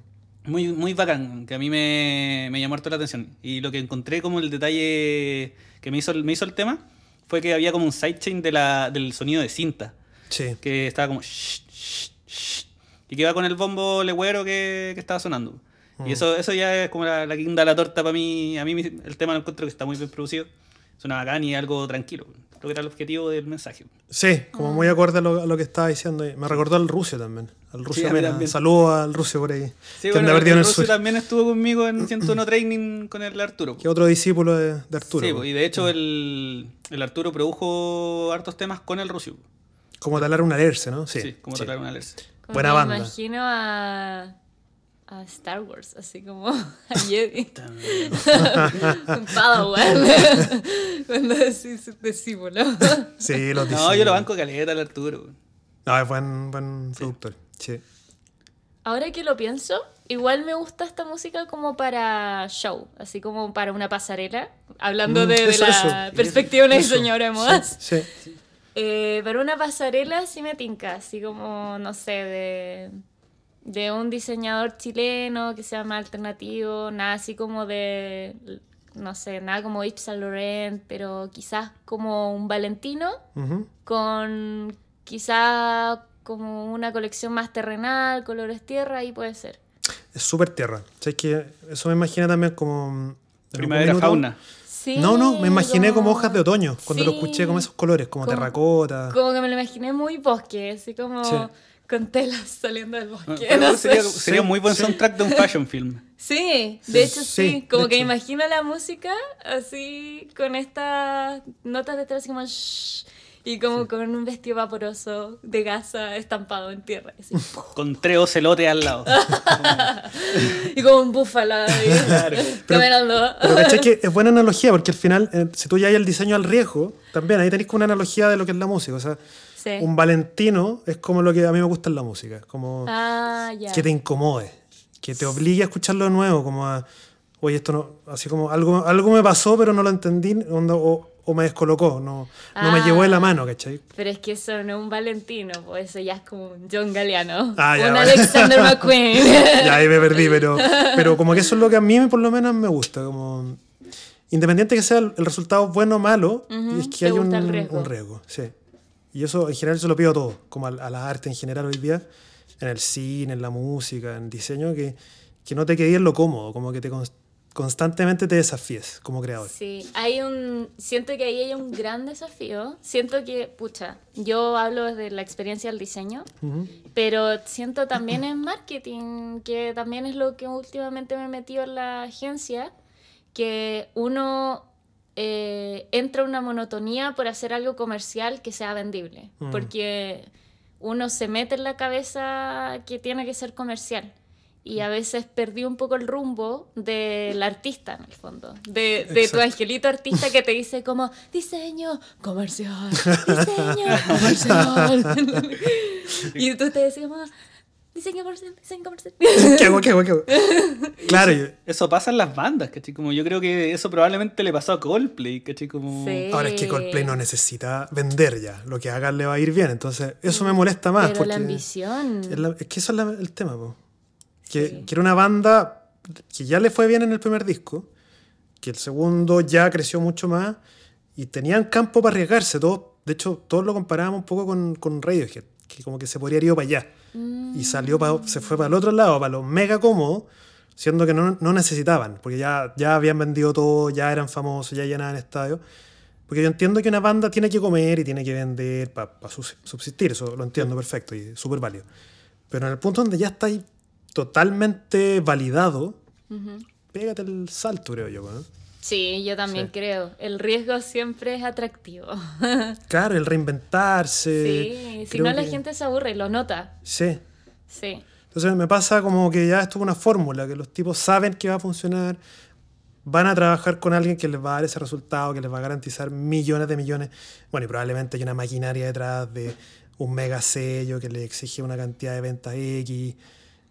muy, muy bacán, que a mí me, me llamó harto la atención. Y lo que encontré como el detalle que me hizo, el- me hizo el tema fue que había como un sidechain de la, del sonido de cinta,
Sí.
que estaba como... shh, shh, shh, y que iba con el bombo legüero que, que estaba sonando. Y eso, eso ya es como la, la guinda de la torta para mí. A mí mi- el tema lo encuentro que está muy bien producido. Suena bacán y algo tranquilo. Creo que era el objetivo del mensaje.
Sí, como
Ah.
muy acorde a lo, a lo que estaba diciendo. ahí. Me recordó al Rusio también. Al Rusio
a mí
Mena.
también.
Saludos al Rusio por ahí.
Sí,
que
bueno,
anda perdido en
el
el
Rossi
sur.
también estuvo conmigo en 101 Training con el Arturo.
Que otro discípulo de, de Arturo. Mm.
Sí, po, y de hecho el, el Arturo produjo hartos temas con el Rusio. po.
como talar una alerce, ¿no? Sí.
Sí, como
sí.
tratar una alerce.
Como
Buena
me
banda.
imagino a, a Star Wars, así como a Jedi. Un Padawan. Cuando decís discípulo.
Sí, los
No, yo lo
discípulos.
banco caleta al Arturo. po.
No, es buen, buen productor. Sí.
Ahora que lo pienso, igual me gusta esta música como para show, así como para una pasarela, hablando
Mm,
de, de
eso,
la
eso.
perspectiva de una
Eso,
diseñadora de modas.
Sí.
Eh, para una pasarela sí me tinca, así como, no sé, de, de un diseñador chileno que sea más alternativo, nada así como de, no sé, nada como Yves Saint Laurent, pero quizás como un Valentino
Ujú.
con quizás como una colección más terrenal, colores tierra, ahí puede ser.
Es súper tierra. O sea, es que eso me imagina también como. en algún
Primavera
minuto-
fauna.
Sí,
No, no, me imaginé como, hojas de otoño cuando lo escuché
como
como esos colores, como
Como-
terracota.
Como que me lo imaginé muy bosque, así como
Sí. Ah,
con telas saliendo del bosque.
Pero
no sé.
sería, sería un muy buen soundtrack de un fashion film.
Sí, de hecho sí,
Sí,
como
de
que
hecho.
imagino la música así con estas notas detrás como shhh, y como con un vestido vaporoso de gasa estampado en tierra así,
Con tres ocelotes al lado.
y como un búfalo ahí,
Claro.
caminando.
Pero ¿cachai que es buena analogía porque al final, eh, si tú ya hay el diseño al riesgo, también ahí tenéis como una analogía de lo que es la música. O sea,
Sí.
un Valentino es como lo que a mí me gusta en la música. Como
Ah, ya.
que te incomode, que te obligue a escucharlo de nuevo, como a, oye, esto no, así como algo, algo me pasó, pero no lo entendí, onda, o, o me descolocó, no, no me
Ah.
llevó de la mano, ¿cachai?
Pero es que eso no es un Valentino, pues eso ya es como un John Galeano,
Ah, ya,
un
vale.
Alexander McQueen.
Ya ahí me perdí, pero, pero como que eso es lo que a mí por lo menos me gusta, como independiente que sea el, el resultado bueno o malo,
Ujú,
es que
te
hay un,
gusta el riesgo.
un riesgo, sí. Y eso en general se lo pido a todo, como a, a la arte en general hoy día, en el cine, en la música, en el diseño, que, que no te quedes en lo cómodo, como que te cons- constantemente te desafíes como creador.
Sí, hay un, siento que ahí hay un gran desafío. Siento que, pucha, yo hablo desde la experiencia del diseño,
Ujú.
pero siento también en marketing, que también es lo que últimamente me he metido en la agencia, que uno eh, entra en una monotonía por hacer algo comercial que sea vendible,
Mm.
porque uno se mete en la cabeza que tiene que ser comercial. Y a veces perdí un poco el rumbo del artista, en el fondo. De, de tu
Exacto.
angelito artista que te dice como, diseño comercial, diseño comercial. Y tú te decías, mamá, dicen que por cien, dicen que por cien.
qué hago, qué hago, qué hago? Claro, yo-
Eso pasa en las bandas, ¿cachai? Como yo creo que eso probablemente le pasó a Coldplay, ¿cachai? Como...
Sí.
ahora es que Coldplay no necesita vender ya, lo que haga le va a ir bien, entonces eso me molesta más.
Pero
porque-
la ambición.
Es, la- es que eso es la- el tema, po. Que,
Sí.
que era una banda que ya le fue bien en el primer disco, que el segundo ya creció mucho más y tenían campo para arriesgarse. Todos, de hecho, todos lo comparábamos un poco con, con Radiohead, que como que se podría haber ido para allá. Y salió pa- se fue para el otro lado, para los mega cómodos, siendo que no, no necesitaban, porque ya, ya habían vendido todo, ya eran famosos, ya llenaban estadios. Porque yo entiendo que una banda tiene que comer y tiene que vender para subsistir, eso lo entiendo perfecto y súper válido. Pero en el punto donde ya estáis totalmente validado, pégate el salto, creo yo. ¿eh? ¿no?
Sí, yo también
Sí.
creo. El riesgo siempre es atractivo.
Claro, el reinventarse.
sí, si
Eh, creo
no la
que-
gente se aburre, lo nota.
Sí.
Sí.
Entonces me pasa como que ya esto es una fórmula, que los tipos saben que va a funcionar, van a trabajar con alguien que les va a dar ese resultado, que les va a garantizar millones de millones. Bueno, y probablemente hay una maquinaria detrás de un mega sello que le exige una cantidad de ventas X.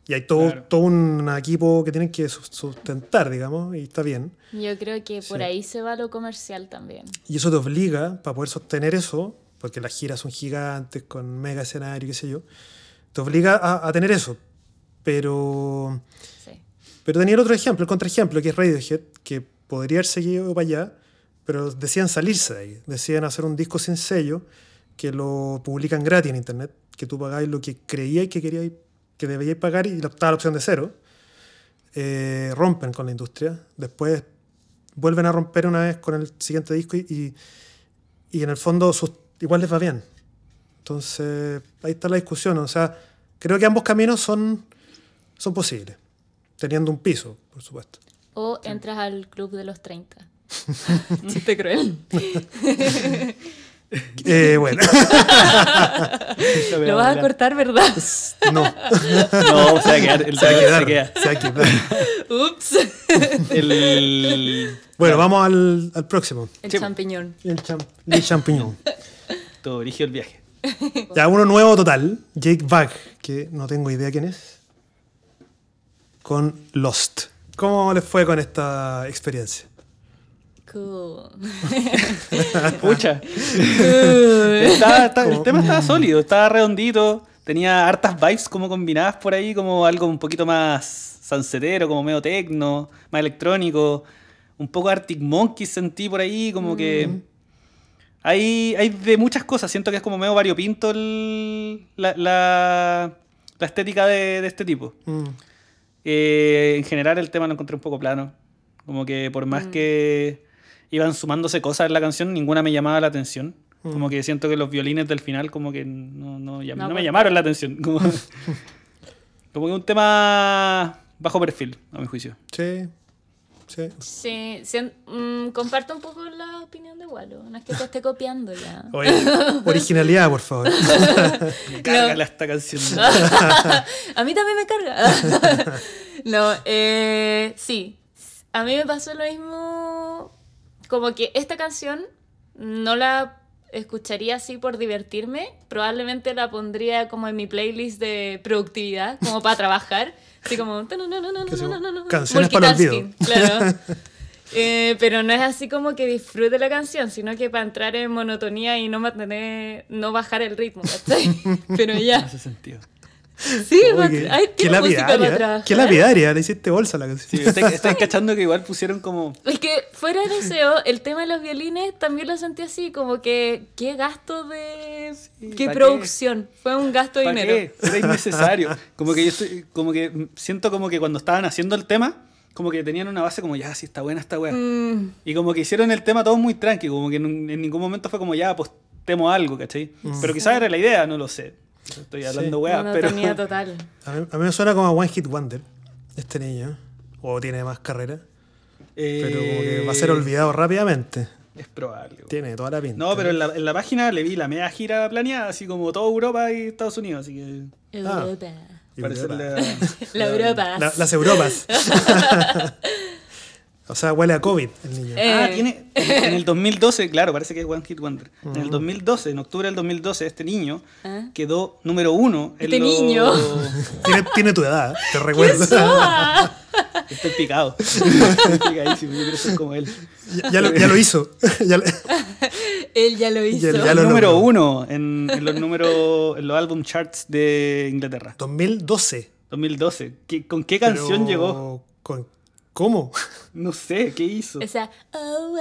Y hay todo,
Claro.
todo un equipo que tienen que sus- sustentar, digamos, y está bien.
Yo creo que por
Sí.
ahí se va lo comercial también.
Y eso te obliga, para poder sostener eso, porque las giras son gigantes, con mega escenario, qué sé yo, te obliga a, a tener eso. Pero
Sí.
Pero tenía el otro ejemplo, el contraejemplo, que es Radiohead, que podría haber seguido para allá, pero decían salirse de ahí. Decían hacer un disco sin sello, que lo publican gratis en internet, que tú pagáis lo que creíais que queríais, que debíais pagar y la estaba la opción de cero. Eh, rompen con la industria, después vuelven a romper una vez con el siguiente disco y, y- y en el fondo sus- igual les va bien. Entonces, ahí está la discusión. O sea, creo que ambos caminos son, son posibles teniendo un piso, por supuesto.
O entras al club de los 30. Chiste cruel.
Eh, bueno,
Lo vas a cortar, ¿verdad?
no,
No, se va a quedar. El
se va a quedar,
queda.
se va a quedar.
Ups.
El...
Bueno, vamos al, al próximo.
El
Sí.
champiñón.
El, cham el champiñón.
Todo dirigió el viaje.
Ya, uno nuevo total, Jake Bug, que no tengo idea quién es, con Lost. ¿Cómo les fue con esta experiencia?
Cool.
Pucha. Estaba- estaba- el tema estaba sólido, estaba redondito. Tenía hartas vibes como combinadas por ahí, como algo un poquito más sansetero, como medio tecno, más electrónico. Un poco Arctic Monkeys sentí por ahí, como que. Hay, hay de muchas cosas. Siento que es como medio variopinto el- la, la- la estética de- de este tipo.
Mm,
Eh, en general el tema lo encontré un poco plano. Como que por
Mm.
más que iban sumándose cosas en la canción, ninguna me llamaba la atención. Como que siento que los violines del final como que no, no llam- no
Mm. No
me
aportan.
llamaron la atención. Como, como que un tema bajo perfil, a mi juicio.
Sí, sí.
Sí, sien- mm, comparto un poco la opinión de Walo. No es que te esté copiando ya.
Oye, originalidad, por favor.
Me carga la- esta canción.
A mí también me carga. no, eh, sí. A mí me pasó lo mismo. Como que esta canción no la escucharía así por divertirme. Probablemente la pondría como en mi playlist de productividad, como para trabajar. Así como.
Que son canciones para el olvido.
multitasking, Claro. Eh, pero no es así como que disfrute la canción, sino que para entrar en monotonía y no mantener, no bajar el ritmo, ¿cachai? Pero
No
ya.
hace sentido.
Sí,
Oye,
Pat-
qué-
hay
qué
tiene música para ¿eh?
lapidaria.
trabajar.
Qué lapidaria, le hiciste bolsa a la
Sí,
canción.
¿Estáis estáis cachando que igual pusieron como.
Es que fuera de SEO, el tema de los violines también lo sentí así, como que qué gasto de... qué
¿pa' qué?
producción. Fue un gasto de
¿Para
dinero.
qué? Era innecesario. Como que yo estoy, como que siento como que cuando estaban haciendo el tema, como que tenían una base como ya, sí, está buena, está buena.
Mm,
Y como que hicieron el tema todo muy tranqui, como que en, en ningún momento fue como ya apostemos algo, ¿cachai? Pero quizás era la idea, no lo sé. Estoy hablando
Mm. Sí.
weá, pero.
monotonía total.
A mí, a mí me suena como a One Hit Wonder, este niño. O tiene más carrera.
Eh,
Pero como que va a ser olvidado rápidamente.
Es probable. weón.
Tiene toda la pinta.
No, pero en la, en la página le vi la media gira planeada, así como toda Europa y Estados Unidos, así que.
Europa.
Y
parece
Europa.
La Europa.
La- las Europas. o sea, huele a COVID el niño.
Eh.
Ah, tiene. En el 2012, claro, parece que es One Hit Wonder. En el 2012, en octubre del 2012, este niño
¿Ah?
quedó número uno. en
Este
los-
niño.
Tiene, tiene tu edad, ¿eh? te
¡Qué
recuerdo.
soa!
Estoy picado. Estoy picadísimo, yo quiero ser como él.
Ya, ya lo, ya lo hizo. Ya lo-
Él ya lo hizo.
Ya lo
número
logró.
uno en, en los números, en los album charts de Inglaterra.
2012.
2012. ¿Qué- ¿Con qué canción
Pero
llegó?
con- ¿Cómo?
No sé, ¿qué hizo?
Esa... Oh,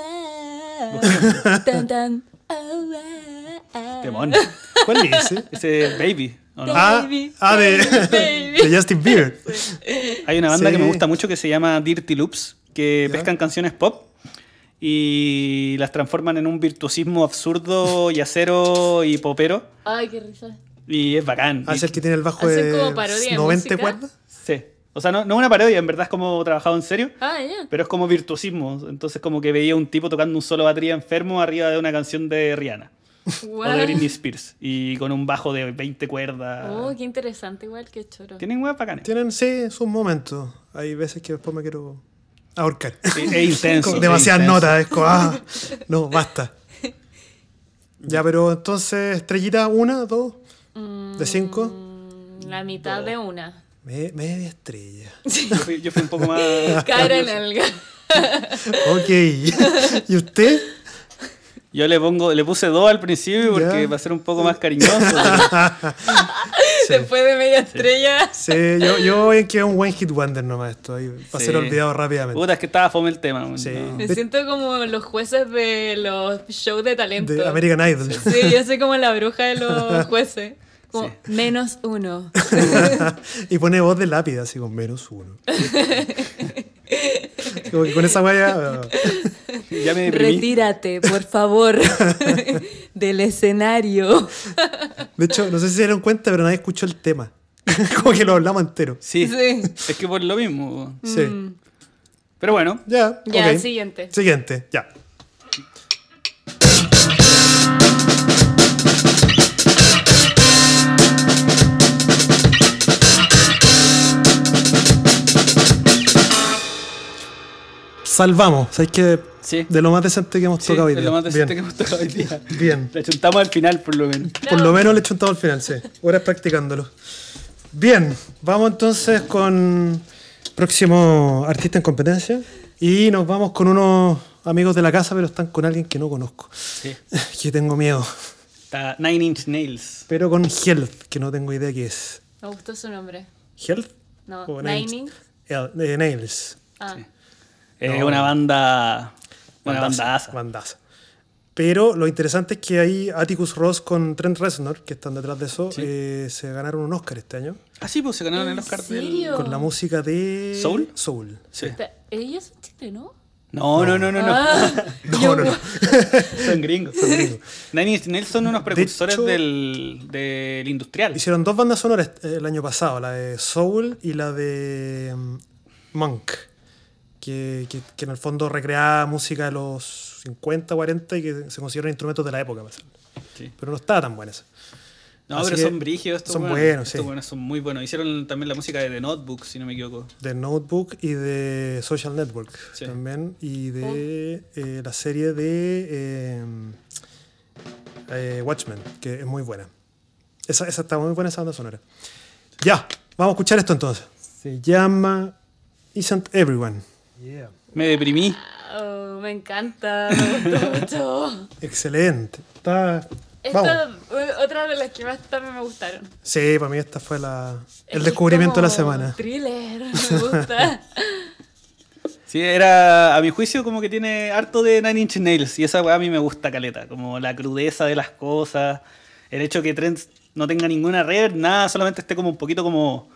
wow. tan, tan. Oh, wow.
Demon.
¿Cuál dice?
Ese Baby. ¿o no?
Ah,
Baby,
ah, de,
baby,
de Justin Bieber.
Hay una banda
Sí.
que me gusta mucho que se llama Dirty Loops, que
Ya.
pescan canciones pop y las transforman en un virtuosismo absurdo, yacero y popero.
Ay, qué risa.
Y es bacán.
Ah,
Y-
es el que tiene el bajo
Hacen
de
como parodia de
90
música.
cuerdas.
sí. O sea, no, no una parodia, en verdad es como trabajado en serio.
Ah, ya.
Pero es como virtuosismo. Entonces, como que veía un tipo tocando un solo batería enfermo arriba de una canción de Rihanna o de
Guau.
Britney Spears. Y con un bajo de 20 cuerdas.
Oh, qué interesante igual, qué choro.
Tienen huevas bacanes.
Tienen, sí, sus momentos. Hay veces que después me quiero ahorcar.
Sí, es intenso.
Con
es
demasiadas
intenso.
notas. Es como, ah, no, basta. Ya, pero entonces, estrellita, una, dos, de cinco.
Mm, La mitad de una.
Me- media estrella.
Yo fui, yo fui un poco
Eh,
más.
Cara en alga.
Ok. ¿Y usted?
Yo le pongo, le puse dos al principio porque
Ya.
va a ser un poco más cariñoso.
Después de media estrella.
Sí, yo, yo voy en que es un one hit wonder nomás esto. ahí va a ser
Sí.
olvidado rápidamente.
Puta, es que estaba fome el tema.
Sí.
no.
Me siento como los jueces de los shows de talento.
De American Idol.
Sí, yo soy como la bruja de los jueces. Como menos uno.
y pone voz de lápida, así con menos uno. Como que con esa valla.
Ya me deprimí.
Retírate, por favor, del escenario.
De hecho, no sé si se dieron cuenta, pero nadie escuchó el tema. Como que lo hablamos entero.
Sí.
Sí.
Es que por lo mismo.
Sí.
Pero bueno,
Ya.
Mm. Ya,
ok.
siguiente.
Siguiente, ya. Salvamos, ¿sabes qué?
sí.
De lo más decente que hemos
Sí,
tocado hoy
es
día.
lo más decente que
Bien.
hemos tocado hoy día.
Bien.
La chuntamos al final, por lo menos.
Por lo menos le he chuntado al final, sí. Horas practicándolo. Bien, vamos entonces con próximo artista en competencia. Y nos vamos con unos amigos de la casa, pero están con alguien que no conozco.
Sí.
Que tengo miedo.
Está Nine Inch Nails.
Pero con Health, que no tengo idea qué es.
Me gustó su nombre.
¿Health?
No,
O
Nining.
El- eh, Nails.
Ah,
Es
No.
una banda. Una
Bandaza,
bandaza.
bandaza. Pero lo interesante es que ahí Atticus Ross con Trent Reznor, que están detrás de eso,
Sí.
eh, se ganaron un Oscar este año.
Ah, sí, pues se ganaron el
¿En
Oscar
serio?
del.
Con la música de...
¿Soul?
Soul.
Sí.
Pe- ellos son chilenos.
No, no, no, no. no.
Ah,
No,
yo-
no, no.
Son gringos. Nine Inch Nails son unos precursores
hecho-
del, del industrial.
Hicieron dos bandas sonoras eh, el año pasado, la de Soul y la de mm, Monk, que, que- que en el fondo recreaba música de los 50, 40 y que se consideran instrumentos de la época. parece.
Sí.
Pero no estaba tan buena esa.
No,
Así
pero
que
son brígidos estos
son
weones.
buenos,
Estos
sí.
weones son muy buenos. Hicieron también la música de The Notebook, si no me equivoco.
De Notebook y de Social Network
Sí.
también. Y de
Oh.
eh, la serie de eh, eh, Watchmen, que es muy buena. Esa, esa está muy buena esa banda sonora. Ya, vamos a escuchar esto entonces. Se llama Isn't Everyone.
Me deprimí.
Oh, me encanta, me gustó mucho.
Excelente. Está.
Esta
Vamos.
eh, otra de las que más también me gustaron.
Sí, para mí esta fue la, el
Es
descubrimiento de la
como
semana.
Thriller, me gusta.
Sí, era, a mi juicio, como que tiene harto de Nine Inch Nails. Y esa weá a mí me gusta, caleta. Como la crudeza de las cosas. El hecho que Trent no tenga ninguna red, nada. Solamente esté como un poquito como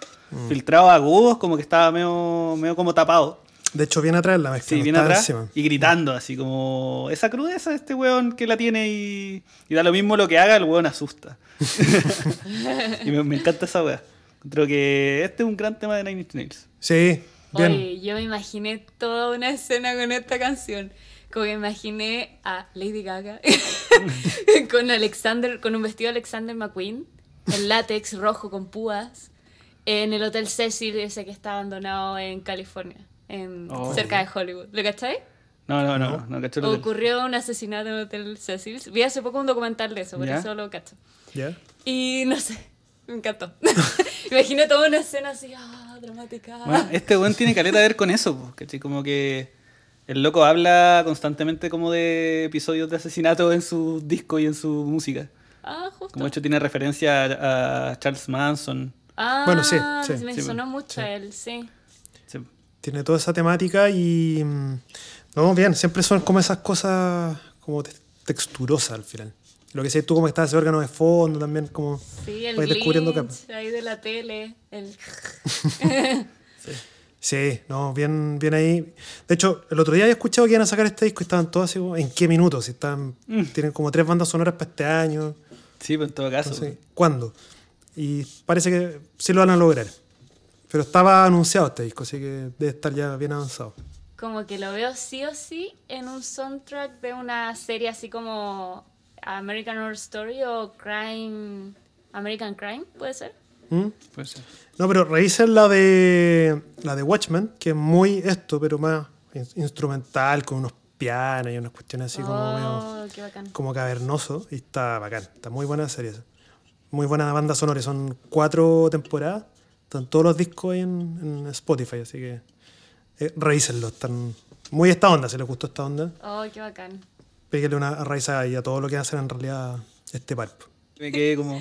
filtrado a agudos, como que estaba medio, medio como tapado.
De hecho, viene atrás la mezcla.
Sí,
no
viene
está
atrás
encima.
y gritando, así como esa crudeza de este weón que la tiene y, y da lo mismo lo que haga, el weón asusta. y me, me encanta esa weá. Creo que este es un gran tema de Nine Inch Nails.
Sí, bien.
Oye, yo me imaginé toda una escena con esta canción. Como que imaginé a Lady Gaga con Alexander, con un vestido Alexander McQueen, en látex rojo con púas, en el Hotel Cecil ese que está abandonado en California, en,
Oh.
cerca de Hollywood. ¿Lo cacháis?
No, no, no, no, cacho lo que-
Ocurrió un asesinato en el Hotel Cecil. Vi hace poco un documental de eso, por
Ya.
eso lo cacho.
Ya.
Y no sé, me encantó. imaginé toda una escena así, ah, dramática.
Bueno, este weón tiene caleta de ver con eso, po, ¿cachai? Como que el loco habla constantemente como de episodios de asesinato en su disco y en su música.
Ah, justo.
Como de hecho tiene referencia a, a Charles Manson.
Ah,
Bueno, sí, sí,
me
sí, bueno,
sonó mucho a él, sí.
Sí.
Tiene toda esa temática y. mm, No, bien, siempre son como esas cosas como te- texturosas al final. Lo que sé tú, como está ese órgano de fondo también, como.
Sí, el
vais descubriendo capas.
glitch ahí de la tele. El...
Sí, no, bien, bien ahí. De hecho, el otro día había escuchado que iban a sacar este disco y estaban todas así, como, ¿en qué minutos? Si están, Tienen como tres bandas sonoras para este año.
Sí, pues en todo
No
caso.
sé cuándo. Y parece que sí lo van a lograr. Pero estaba anunciado este disco, así que debe estar ya bien avanzado.
Como que lo veo sí o sí en un soundtrack de una serie así como American Horror Story o Crime. American Crime, puede ser.
¿Mm?
pues, puede ser.
No, pero revisen la de la de Watchmen, que es muy esto, pero más in- instrumental, con unos pianos y unas cuestiones así como medio-
oh, qué bacán.
como cavernoso. Y está bacán, está muy buena la serie. esa. Muy buena banda sonora, y son cuatro temporadas, están todos los discos ahí en, en Spotify, así que eh, revísenlo, están muy esta onda, si les gustó esta onda.
Oh, qué bacán.
Pégale una raíz ahí a todo lo que hacen en realidad este palpo.
Me quedé como.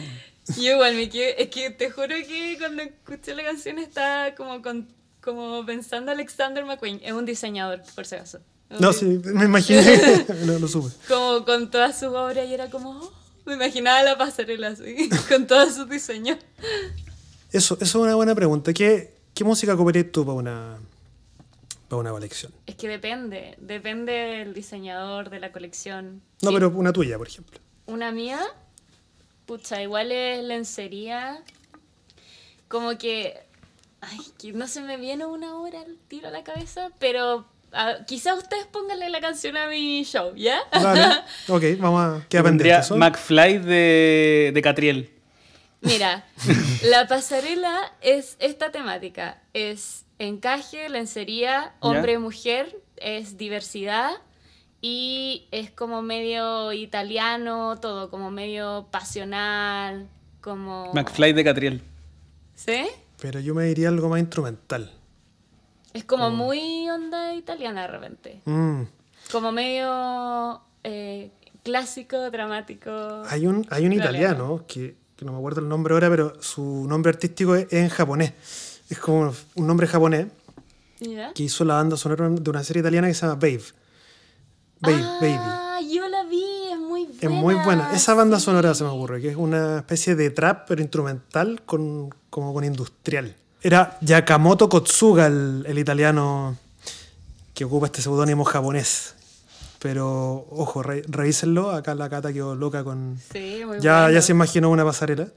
Yo igual me quedé, es que te juro que cuando escuché la canción estaba como, con, como pensando Alexander McQueen, es un diseñador, por si acaso. Es un
No,
di-
sí, me imaginé, lo, lo supe.
Como con todas sus obras y era como, oh, me imaginaba la pasarela así, con todos sus diseños.
Eso, eso es una buena pregunta. ¿Qué, qué música copiarías tú para una, para una colección?
Es que depende, depende del diseñador, de la colección.
No,
Sí,
pero una tuya, por ejemplo.
Una mía, pucha, igual es lencería, como que, ay, que no se me viene una hora al tiro a la cabeza, pero ah, quizá ustedes pónganle la canción a mi show, ¿ya?
Dale. ok, vamos a quedar
Pondría
pendientes. ¿o?
McFly de, de Catriel.
Mira, la pasarela es esta temática. Es encaje, lencería, hombre
Ya.
mujer, es diversidad y es como medio italiano, todo, como medio pasional, como...
McFly de Catriel.
¿Sí?
Pero yo me diría algo más instrumental.
Es como muy onda italiana de repente.
Mm.
Como medio eh, clásico, dramático.
Hay un, hay un
Italiano.
italiano que, que no me acuerdo el nombre ahora, pero su nombre artístico es, es en japonés. Es como un nombre japonés
¿Ya?
que hizo la banda sonora de una serie italiana que se llama Babe. Babe, Baby.
Ah, yo la vi, es muy buena.
Es muy buena. Esa banda
sí.
sonora se me ocurre, que es una especie de trap, pero instrumental, con, como con industrial. Era Yakamoto Kotsuga, el, el italiano que ocupa este seudónimo japonés. Pero ojo, re- revísenlo. Acá la cata quedó loca con.
Sí, muy
Ya,
bueno.
ya se imaginó una pasarela.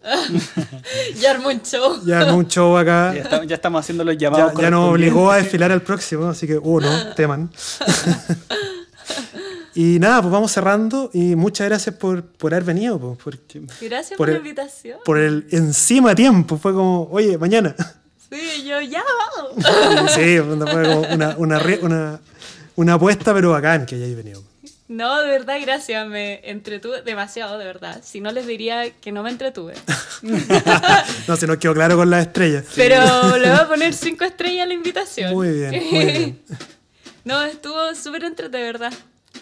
Ya armó un show.
Ya armó un show acá.
Ya, está- ya estamos haciendo los
Ah. Ya,
llamados.
ya nos
correspondientes.
obligó a desfilar al próximo, así que, uh, no, teman. y nada, pues vamos cerrando y muchas gracias por, por haber venido, pues, por, Por
Gracias por,
el-
la invitación.
por el encima tiempo. Fue como, oye, mañana.
Sí, yo ya vamos.
sí, onda, fue como una, una, re- una, una apuesta, pero bacán que hayáis venido.
No, de verdad, gracias. Me entretuve demasiado, de verdad. Si no, les diría que no me entretuve.
No, se nos quedó claro con las estrellas.
Pero le voy a poner cinco estrellas a la invitación.
Muy bien, muy bien.
No, estuvo súper entrete, de verdad.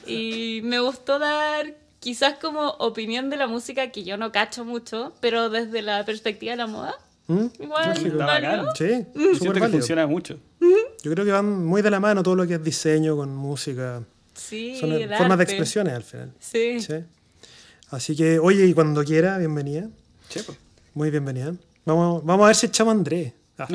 Y me gustó dar quizás como opinión de la música que yo no cacho mucho, pero desde la perspectiva de la moda.
¿Mm?
Igual,
Está
¿vale?
bacán.
Sí,
Mm.
Siento
súper
que
válido.
funciona mucho.
Yo creo que van muy de la mano todo lo que es diseño con música.
Sí,
Son eh,
el
formas de
arte.
expresiones al final.
Sí.
Sí. Así que, oye, y cuando quiera, bienvenida.
Sí, pues.
Muy bienvenida. Vamos, vamos a ver si echamos a Andrés. Ah,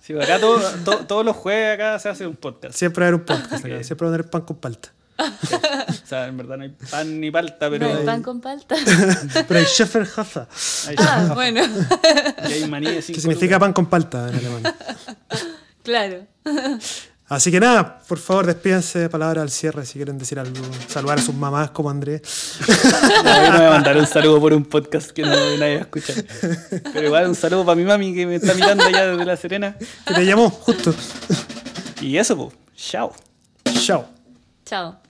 Sí, pues, acá todo- to- todos los jueves acá se hace un podcast.
siempre va a haber un podcast acá.
Ok.
Siempre va a haber pan con palta.
O sea, en verdad no hay pan ni palta, pero
No hay
hay,
pan con palta.
Pero el Schäfer Haza,
ah, bueno, Ah.
y hay maní de
que
cinco
significa
lucas.
pan con palta en alemán.
claro.
Así que nada, por favor, despídense. Palabra al cierre si quieren decir algo. Saludar a sus mamás como Andrés.
No, yo no voy a mandar un saludo por un podcast que no nadie va a escuchar. Pero igual un saludo para mi mami que me está mirando allá desde La Serena.
Que te llamó, justo.
Y eso, pues. Chao.
Chao.
Chao.